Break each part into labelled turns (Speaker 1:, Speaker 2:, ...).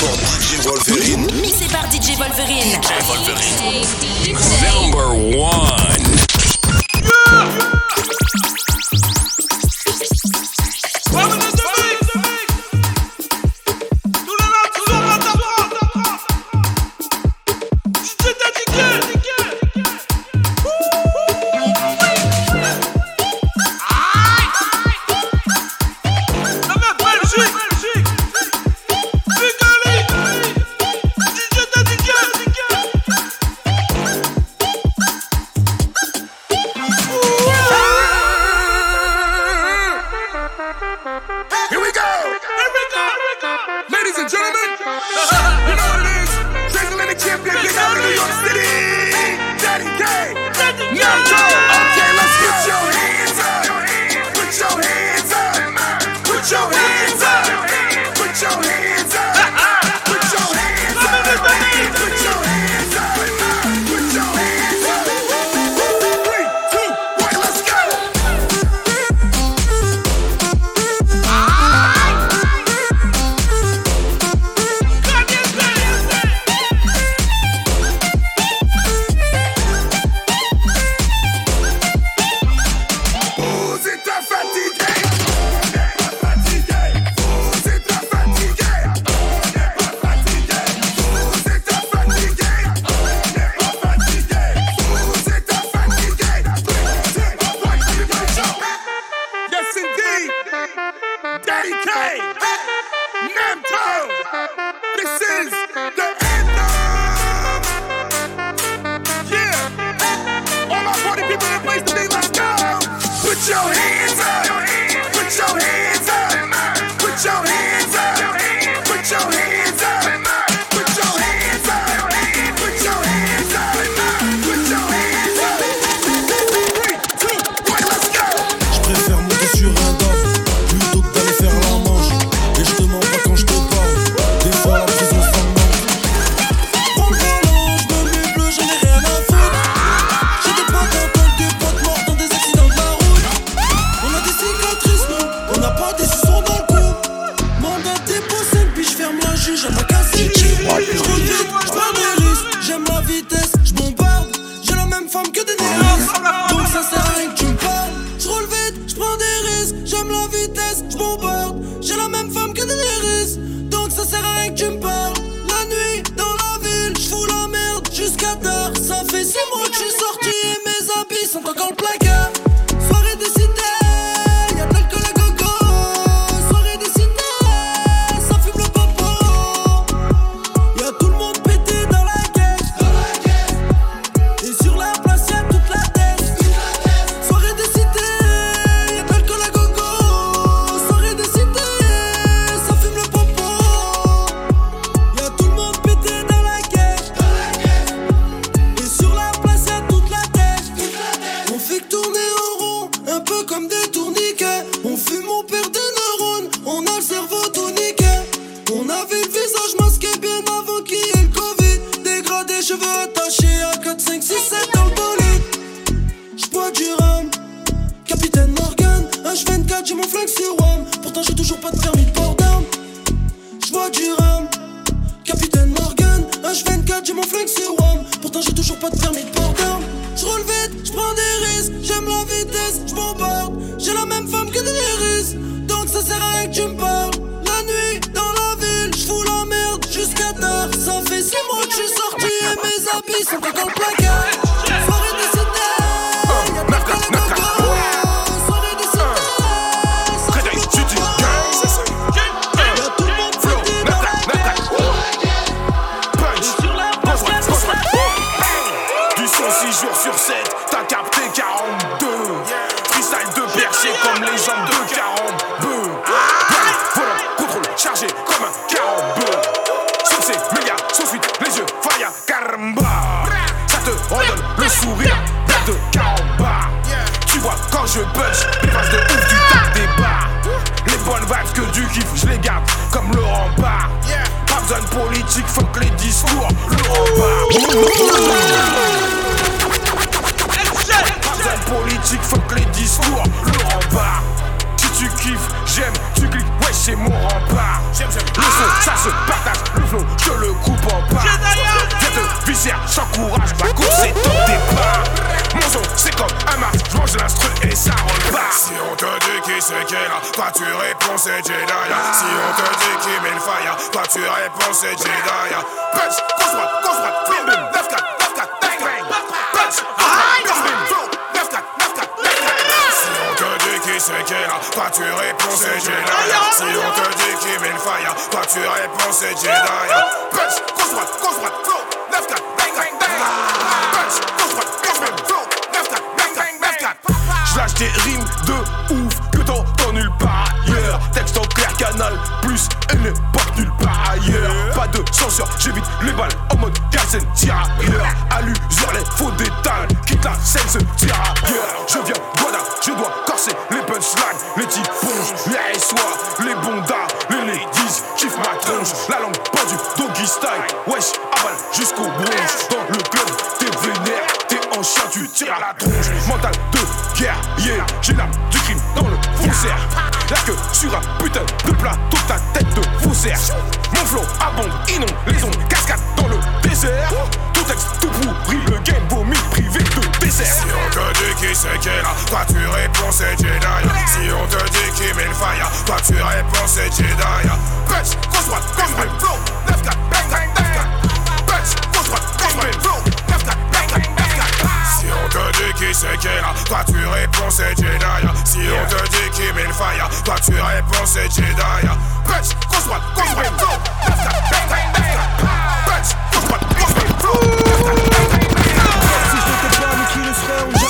Speaker 1: pour DJ Wolverine.
Speaker 2: Mixé par DJ Wolverine.
Speaker 1: DJ Wolverine. Number one.
Speaker 3: uh-huh.
Speaker 4: j'aime, tu cliques, ouais c'est mon rempart. Le son, ça se partage,
Speaker 3: flow, je le coupe en bas. Viens de visière, j'encourage, la course est au départ. Mon son, c'est comme un masque, je mange l'instru et ça repart. Si on te dit qui c'est qui est là, toi tu réponds c'est Jedaya. Si on te dit qui met le fire, toi tu réponds c'est Jedaya. Punch, gauche droite, gauche droite, bim bim, 9-4, 9-4, 9-4. Punch, ah, bim bim, flow, 9-4, 9-4, 9-4. Si on te dit qui c'est qui est là, toi tu réponds c'est Jedaya. Si on te dit qui met le fire, toi tu réponds c'est Jedaya. Punch, gauche droite, gauche droite, flow, 9-4, 9-4, 9-4. Punch, gauche droite, gauche même, flow, 9-4, 9-4, 9-4. J'lâche des rimes de ouf que t'entends nulle part ailleurs. Texte en clair, canal plus, elle n'est pas nulle part ailleurs. Pas de censure, j'évite les balles en mode Yazen tirailleur. À l'usure, les faux détails, quitte la scène, se tire ailleurs. Je viens, voilà, je dois corser les punchlines, les typonges, les soirs, les bondas, les ladies, kiffe ma tronche, la langue pendue, doggy style, wesh, avale jusqu'au bronze. Dans le club, t'es vénère, t'es en chien, tu tires à la tronche. Mental de guerre, yeah, j'ai l'âme du crime dans le faussaire. La queue sur un putain de plat, toute ta tête de faussaire. Mon flow abonde, inonde les ondes, cascade dans le désert. Tout texte, tout pourri, le game vomi privé de désert. Si on te dit qui c'est qui est là, toi tu réponds c'est Jedi. Si on te dit qui met le fire, toi tu réponds c'est Jedi. Punch, gauche droite, gauche droite, flow, 9 4 bang bang bang. Punch, gauche droite, gauche droite, flow, 9 4 bang bang bang. Si on te dit qui c'est qui est là, toi tu réponds c'est Jedi. Si on te dit qui met le fire, toi tu réponds c'est Jedi. Punch, gauche droite, gauche droite, flow, 9 4 bang bang bang. Punch, gauche droite, gauche droite, flow, 9 4
Speaker 5: Si je n'étais pas mais qui le serait, on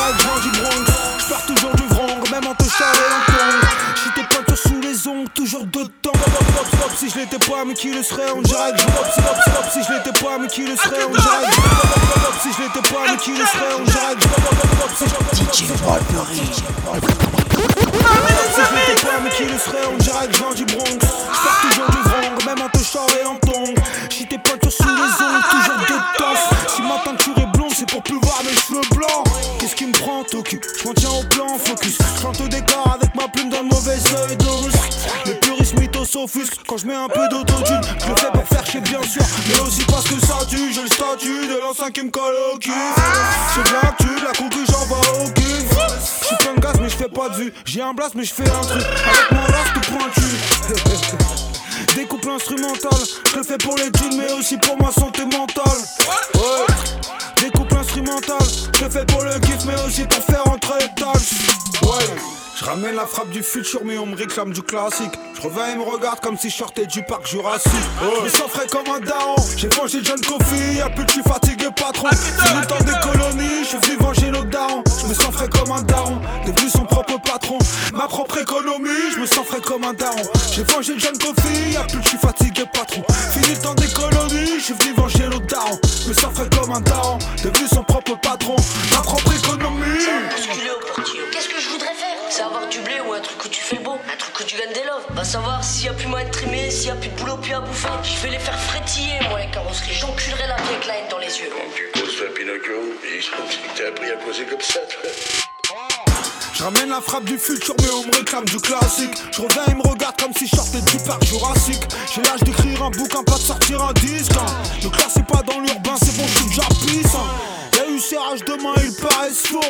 Speaker 5: dirait le grand du Bronx. Je pars toujours du vrong, même en touchant et en tong. J'suis tes peintures sous les ongles, toujours de temps. Hop, hop, hop, hop, si je l'étais pas mais qui le serait, on dirait que je hop, si hop, si hop, si je l'étais pas mais qui le serait, on dirait que je hop, hop, hop, hop, si je l'étais pas mais qui le serait, on dirait que je hop, hop, hop, hop, si je hop, hop, hop, si je Si je l'étais pas mais qui le serait, on dirait que je viens du Bronx. Je pars toujours du vrong, même en touchant et en tong. J'suis tes peintures sous les ongles, toujours de temps. Si ma teinture est blonde, c'est pour plus voir mes cheveux blancs. Qu'est-ce qui me prend au cul Je m'en tiens au plan, focus. Je chante au décor avec ma plume dans le mauvais œil d'Horus. Les puristes mythos s'offusquent quand je mets un peu d'autotune. Je le fais pour faire chier, bien sûr, mais aussi parce que ça tue. J'ai le statut de l'ancien qui me colle au cul. C'est de l'actu, de la concu, j'envoie au cul. Je suis pas un gaz, mais je fais pas de vue. J'ai un blast, mais je fais un truc. Avec mon race tout pointu. Découpe l'instrumental, je le fais pour les thunes mais aussi pour ma santé mentale. Ouais. Découpe l'instrumental, je le fais pour le kiff mais aussi pour faire entrer étage. Ouais. Je ramène la frappe du futur mais on me réclame du classique Je reviens et me regarde comme si je sortais du parc Jurassique Je me sens frais comme un daron J'ai vengé John Coffee, y'a plus de je suis fatigué patron C'est le temps des colonies, je suis venger nos darons Je me sens frais comme un daron, devenu son propre patron Ma propre économie, je me sens frais comme un daron J'ai vengé John Coffee, y'a plus de je suis fatigué patron Fini le temps des colonies, je suis venu venger nos darons Je me sens frais comme un daron, devenu son propre patron Ma propre économie
Speaker 6: Bousculé au portillon. Qu'est-ce que je voudrais faire C'est avoir du blé ou un truc où tu fais le beau, un truc où tu gagnes des loves. Va savoir s'il y a plus moyen de trimer, s'il y a plus de boulot, plus à bouffer. Je vais les faire frétiller, moi, les carrosseries. J'enculerai la vieille Klein dans les yeux.
Speaker 7: Donc tu causes la Pinocchio et il se trouve que t'as appris à causer comme ça, toi.
Speaker 5: Je ramène la frappe du futur mais on me réclame du classique Je reviens et me regarde comme si je sortais du parc Jurassique J'ai l'âge d'écrire un bouquin, pas de sortir un disque hein. Le clair c'est pas dans l'urbain, c'est bon je suis déjà pisse hein. Y'a eu serrage de main, il paraît sourd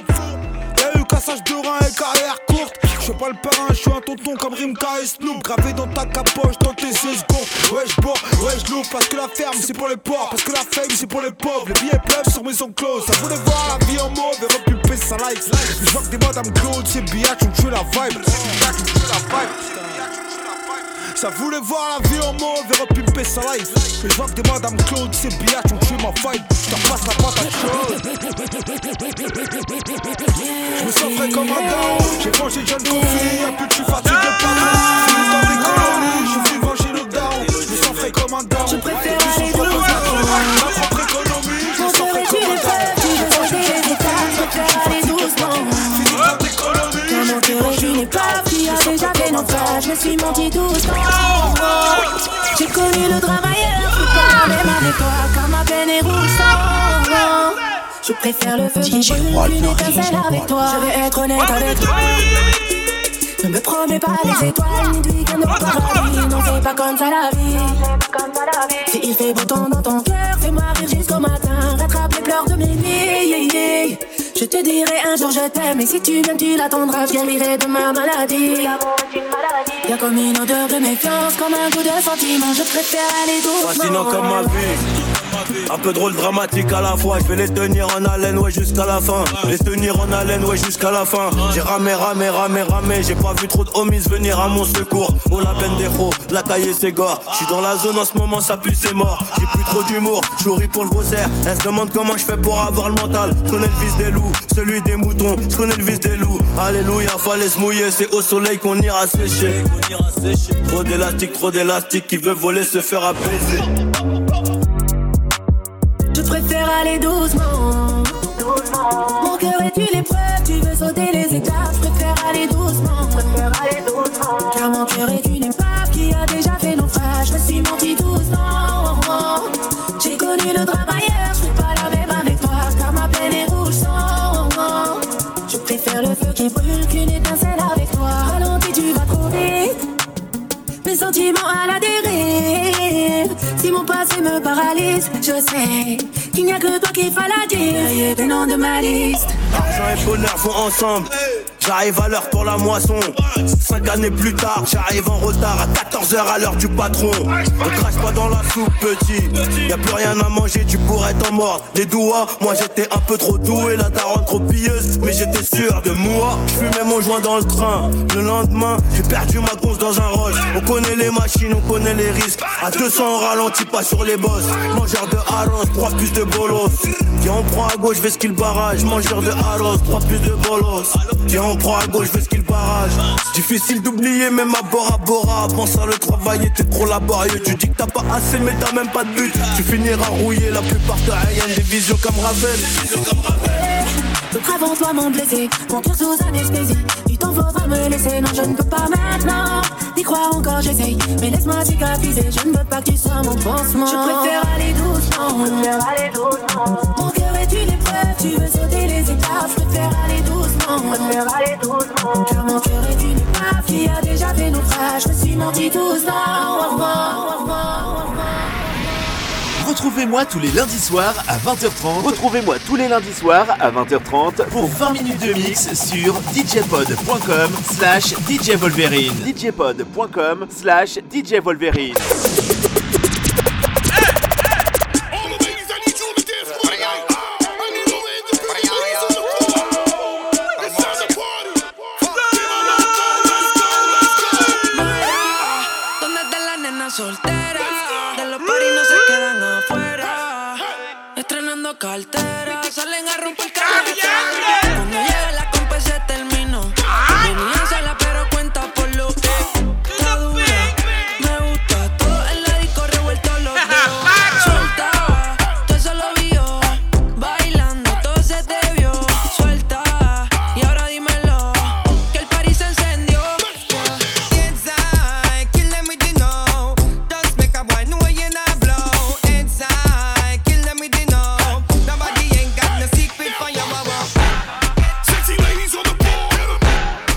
Speaker 5: Y'a eu cassage de rein et carrière courte Je suis pas le parrain, je suis un tonton comme Rimka et Snoop Gravé dans ta capoche, dans tes 16 secondes Ouais je bois, ouais je loupe Parce que la ferme c'est pour les pauvres Parce que la fame c'est pour les pauvres Les billets pleuvent sur maison close Ça voulait voir la vie en mauve et repuper sa life Mais je vois que des madames Claude, c'est biatch, on tue la vibe C'est biatch, on tue la vibe ça voulait voir la vie en mauve et repimper sa life Mais je vois que des madame Claude, c'est biatch, on tue ma vibe Je t'en passe la pâte à chose Je me sens frais comme un daron J'ai mangé John Coffee, y'a plus de je suis fatigué par moi Fini dans les colonies, je suis vengé le daron Je me sens frais comme un daron Je préfère aller loin Ah. Ma propre économie, je me sens frais comme un daron J'ai mangé John Coffee, y'a plus de je suis fatigué par moi Fini dans les colonies, je suis vengé
Speaker 8: L'hémorragie
Speaker 5: le
Speaker 8: n'est pas
Speaker 5: daron
Speaker 8: pris, a déjà fait naufrage. Je me suis menti doucement.
Speaker 9: Ah.
Speaker 8: J'ai connu le travailleur, je pas même avec toi, car ma peine est rouge sang. Je préfère le feu qui brûle qu'une étincelle avec toi. Je vais être honnête avec toi. Ne me promets pas les étoiles ni du week-end au paradis. Non, c'est pas comme ça la vie. Si il fait beau temps dans ton cœur, fais-moi rire jusqu'au matin. Rattrape les pleurs de mes nuits. yeah, yeah. Je te dirai un jour je t'aime, et si tu m'aimes, tu l'attendras. Je guérirai de ma maladie. Y'a comme une odeur de méfiance, comme un goût de sentiment. Je préfère aller doucement.
Speaker 10: Fascinant comme ma vie. Un peu drôle, dramatique à la fois. Je vais les tenir en haleine, ouais, jusqu'à la fin. Les tenir en haleine, ouais, jusqu'à la fin. J'ai ramé, ramé, ramé, ramé. J'ai pas vu trop de homies venir à mon secours. Oh, la peine des faux, la caille et ses gars. J'suis dans la zone en ce moment, ça pue, c'est mort. J'ai plus trop d'humour, j'aurai pour le grossaire. Elle se demande comment je fais pour avoir le mental. J'connais le fils des loups, celui des moutons. J'connais le fils des loups. Alléluia, fallait se mouiller. C'est au soleil qu'on ira sécher. Trop d'élastique, trop d'élastique. Qui veut voler se faire apaiser.
Speaker 8: Je préfère aller doucement. Mon cœur est une épreuve, tu veux sauter les étapes. Je préfère aller doucement. Car mon cœur est une épave qui a déjà fait naufrage. Je me suis menti doucement. J'ai connu le drame ailleurs, je suis pas la même avec toi. Car ma peine est rouge sang. Je préfère le feu qui brûle qu'une étincelle avec toi. Ralentis, tu vas trop vite mes sentiments à la dérive. Si mon passé me paralyse, je sais qu'il n'y a que toi qui fais la dire. Des noms de ma liste.
Speaker 10: Argent et bonheur vont ensemble. J'arrive à l'heure pour la moisson. Cinq années plus tard, j'arrive en retard à 14h à l'heure du patron. Ne crache pas dans la soupe, petit. Y a plus rien à manger, tu pourrais t'en mordre. Les doigts, moi j'étais un peu trop doué, la daronne trop pilleuse. Mais j'étais sûr de moi. J'fumais mon joint dans le train. Le lendemain, j'ai perdu ma gonze dans un roche. On connaît les machines, on connaît les risques. À 200, on ralentit pas sur les bosses. Mangeur de halos, trois plus de bolos. Viens, on prend à gauche, fais ce qu'il barrage. Mangeur de halos, trois plus de bolos. Viens, on prend à gauche, fais ce qu'il barrage. Difficile d'oublier, même à Bora Bora. Pense à le travail, t'es trop laborieux. Tu dis que t'as pas assez, mais t'as même pas de but. Tu finiras rouillé, la plupart t'as rien. Des visions comme Ravel.
Speaker 8: D'autres avant toi m'ont blessé, mon cœur sous anesthésie. Du temps faudra me laisser, non, je ne peux pas maintenant. D'y croire encore, j'essaye, mais laisse-moi cicatriser. Je ne veux pas que tu sois mon pansement. Je préfère aller doucement. Mon cœur est une épreuve, tu veux sauter les étapes. Je préfère aller doucement. Car mon cœur est une épave qui a déjà fait naufrage. Je me suis menti doucement.
Speaker 11: Retrouvez-moi tous les lundis soirs à 20h30. Retrouvez-moi tous les lundis soirs à 20h30 pour 20 minutes de mix sur djpod.com slash djvolverine. djpod.com slash djvolverine.
Speaker 9: ¿Dónde está la nena soltera? De los paris no se quedan afuera. Estrenando cartera, salen a romper carretera. Cuando llega la compa se terminó. Venía sola pero cuenta por lo que está dura. Me gusta todo el la disco revuelto los dedos. Suelta, todo eso lo vio. Bailando todo se te vio. Suelta, y ahora dímelo. Que el party se encendió.
Speaker 12: Inside, kill them with the no. Just make a boy know you not blow. Inside, kill them with the no. Nobody ain't got no secret for your mama.
Speaker 3: Sexy ladies on the floor.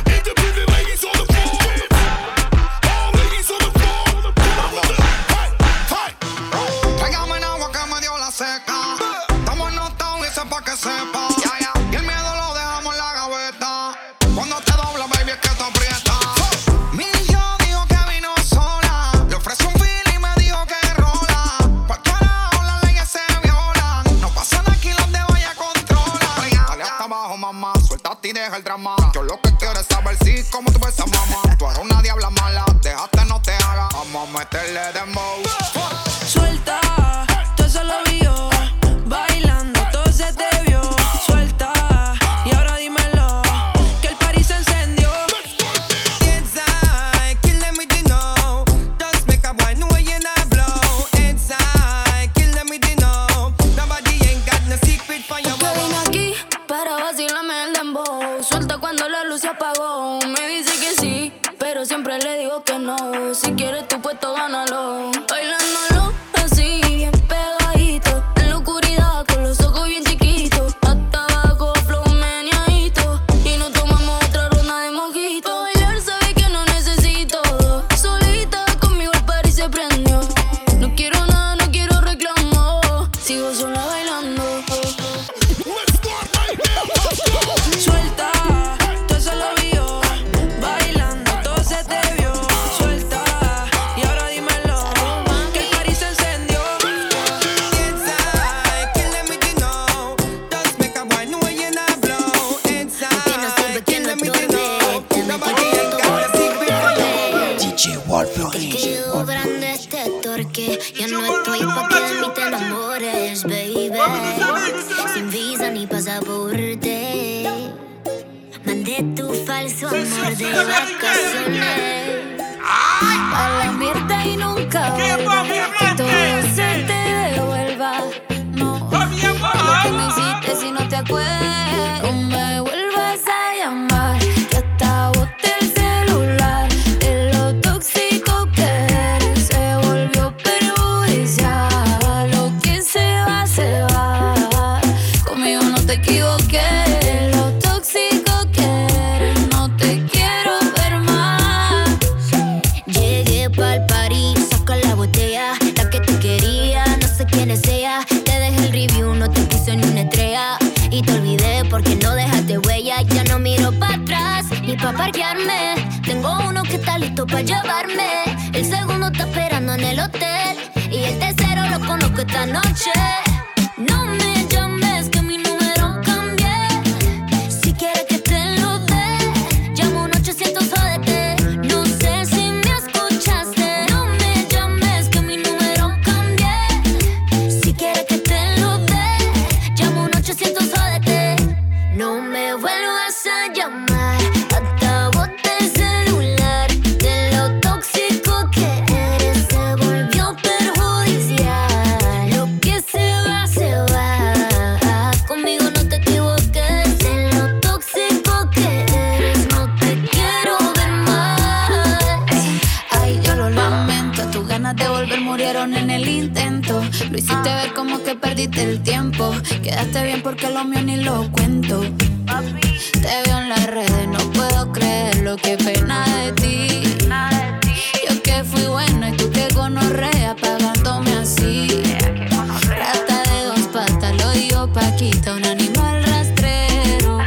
Speaker 3: Independent ladies on the floor. All ladies on the floor. Hey, hey.
Speaker 12: Pégame en agua que me dio la seca. Estamos notados y sepa que sepa. Ya, ya. Y el miedo lo dejamos en la gaveta. Cuando te dobla, baby, es que te aprieta. Mi yo dijo que vino sola. Le ofrecí un feel y me dijo que rola. Pues carajo, las leyes se violan. No pasa nada aquí donde vaya controla. Dale hasta abajo, mamá. Suéltate y deja el drama. Yo lo que quiero es saber si, cómo tú ves a mamá. Tú eres una diabla mala. Déjate, no te hagas. Vamos a meterle dembow.
Speaker 9: Suelta, todo eso lo vio. Bailando, todo se te vio. Suelta, y ahora dímelo. Que el party se encendió.
Speaker 12: Inside, kill them with the no. Just make a boy know you not blow. Inside, kill them with the no. Nobody ain't got no secret for your
Speaker 13: Que vine
Speaker 12: mama.
Speaker 13: aquí para vacilarme el dembow. Suelta cuando la luz se apagó. Me dice que sí, pero siempre le digo que no. Si quieres tu puesto, gánalo. Bailándolo así, bien pegadito. En la oscuridad, con los ojos bien chiquitos. Hasta abajo, flow meneadito. Y no tomamos otra ronda de mojito. Pa' Bailar se
Speaker 14: que ya no estoy pa' que de mí te enamores, baby. Sin visa ni pasaporte. Mandé tu falso amor de vacaciones.
Speaker 13: A la mierda y nunca vuelva, que todo se te devuelva. No, lo que me hiciste si no te acuerdas. No me vuelvas a llamar, que hasta boté el celular. De lo tóxico que eres, se volvió perjudicial. Lo que se va, se va. Conmigo no te equivoques. De lo tóxico que eres, no te quiero ver más.
Speaker 14: Llegué pa'l party, saca la botella, la que te quería, no sé quién es ella. Te dejé el review, no te puse ni una estrella. Y te olvidé porque no dejaste huella. Ya no miro para atrás ni pa' parquearme. Tengo uno que está listo pa' llevarme. El segundo está esperando en el hotel. Y el tercero lo conozco esta noche.
Speaker 6: eh.
Speaker 14: No me llames que mi número cambié. Si quieres que te lo dé, llamo un 800 ODT. No sé si me escuchaste. No me llames que mi número cambié. Si quieres que te lo dé, llamo un 800 ODT. No me vuelvas a llamar. Hasta boté el celular. De lo tóxico que eres, se volvió perjudicial. Lo que se va, se va. Conmigo no te equivoques. De lo tóxico que eres, no te quiero ver más.
Speaker 13: Ay, yo lo lamento. Tus ganas de volver murieron en el intento. Lo hiciste ver como que perdiste el tiempo. Quedaste bien porque lo mío ni lo cuento. Te veo en las redes, no puedo creer lo que pena de ti. Yo que fui buena y tú que gonorrea pagándome así. Rata de dos patas, lo digo Paquita, un animal rastrero.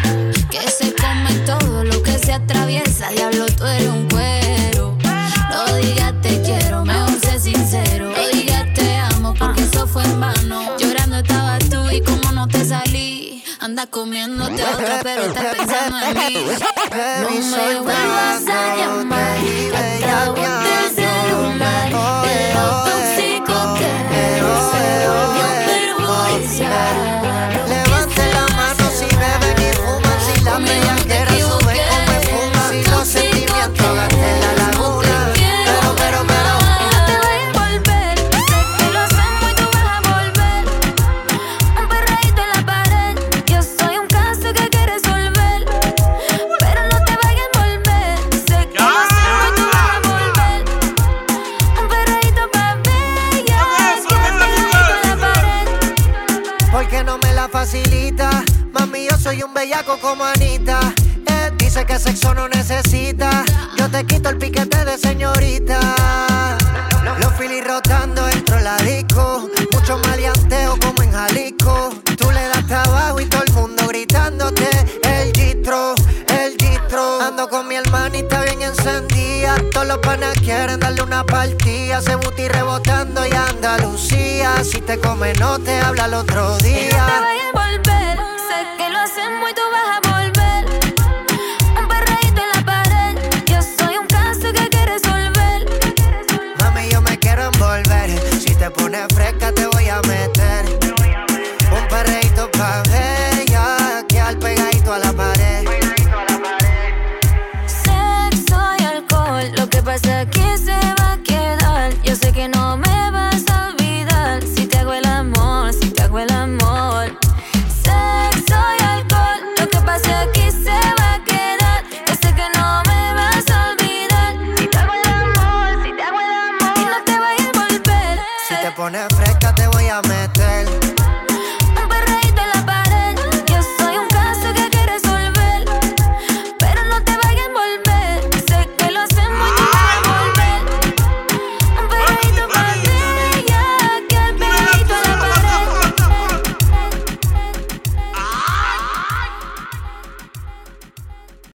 Speaker 13: Que se come todo lo que se atraviesa, diablo, tú eres un cuero. No digas te quiero, mejor sé sincero. No digas te amo, porque eso fue en vano. Llorando estabas tú y como no te salí. Anda comiéndote a otra, pero estás pensando en mí. No me vuelvas a llamar, hasta boté el celular. De lo tóxico que eres, se volvió perjudicial.
Speaker 15: Levante la mano si beben y fuman, si la bellaquera sube como espuma, si los sentimientos gasten la laguna. Pero, pero, pero,
Speaker 13: Te voy a volver, sé que lo amo y tú vas a volver. Un perreíto en la pared, yo soy un caso que quiere resolver. Pero no te vayas a volver, sé que lo amo y tú vas a volver. Un perreíto para ver, yo soy un perreíto en la pared.
Speaker 15: porque no me la facilita. Mami, yo soy un bellaco como Anita. Él dice que sexo no necesita. Yo te quito el piquete de señorita. Los filis rotando dentro de la disco. Mucho maleanteo como en Jalisco. Tú le das trabajo y todo el mundo gritándote. El distro, el distro. Ando con mi hermanita bien encendida. Todos los panas quieren darle una partida. Se buti rebotando y Andalucía. Si te come, no te habla el otro
Speaker 13: Y no te
Speaker 15: día.
Speaker 13: vayas a volver, sé que lo hacemos y tú vas a volver. Un perreíto en la pared, yo soy un caso que quiere resolver.
Speaker 15: Mami, yo me quiero envolver. Si te pones fresca, te voy a meter. Un perreíto pa' ver ya que al pegadito a la pared.
Speaker 13: Sexo y alcohol, lo que pasa aquí se va a quedar. Yo sé que no me vas a olvidar si te hago el amor, si te hago el amor. Sexo y alcohol, lo que pasa aquí se va a quedar. Yo sé que no me vas a olvidar si te hago el amor, si te hago el amor. Y no te vayas a volver.
Speaker 15: Si te pones fresca, te voy a meter.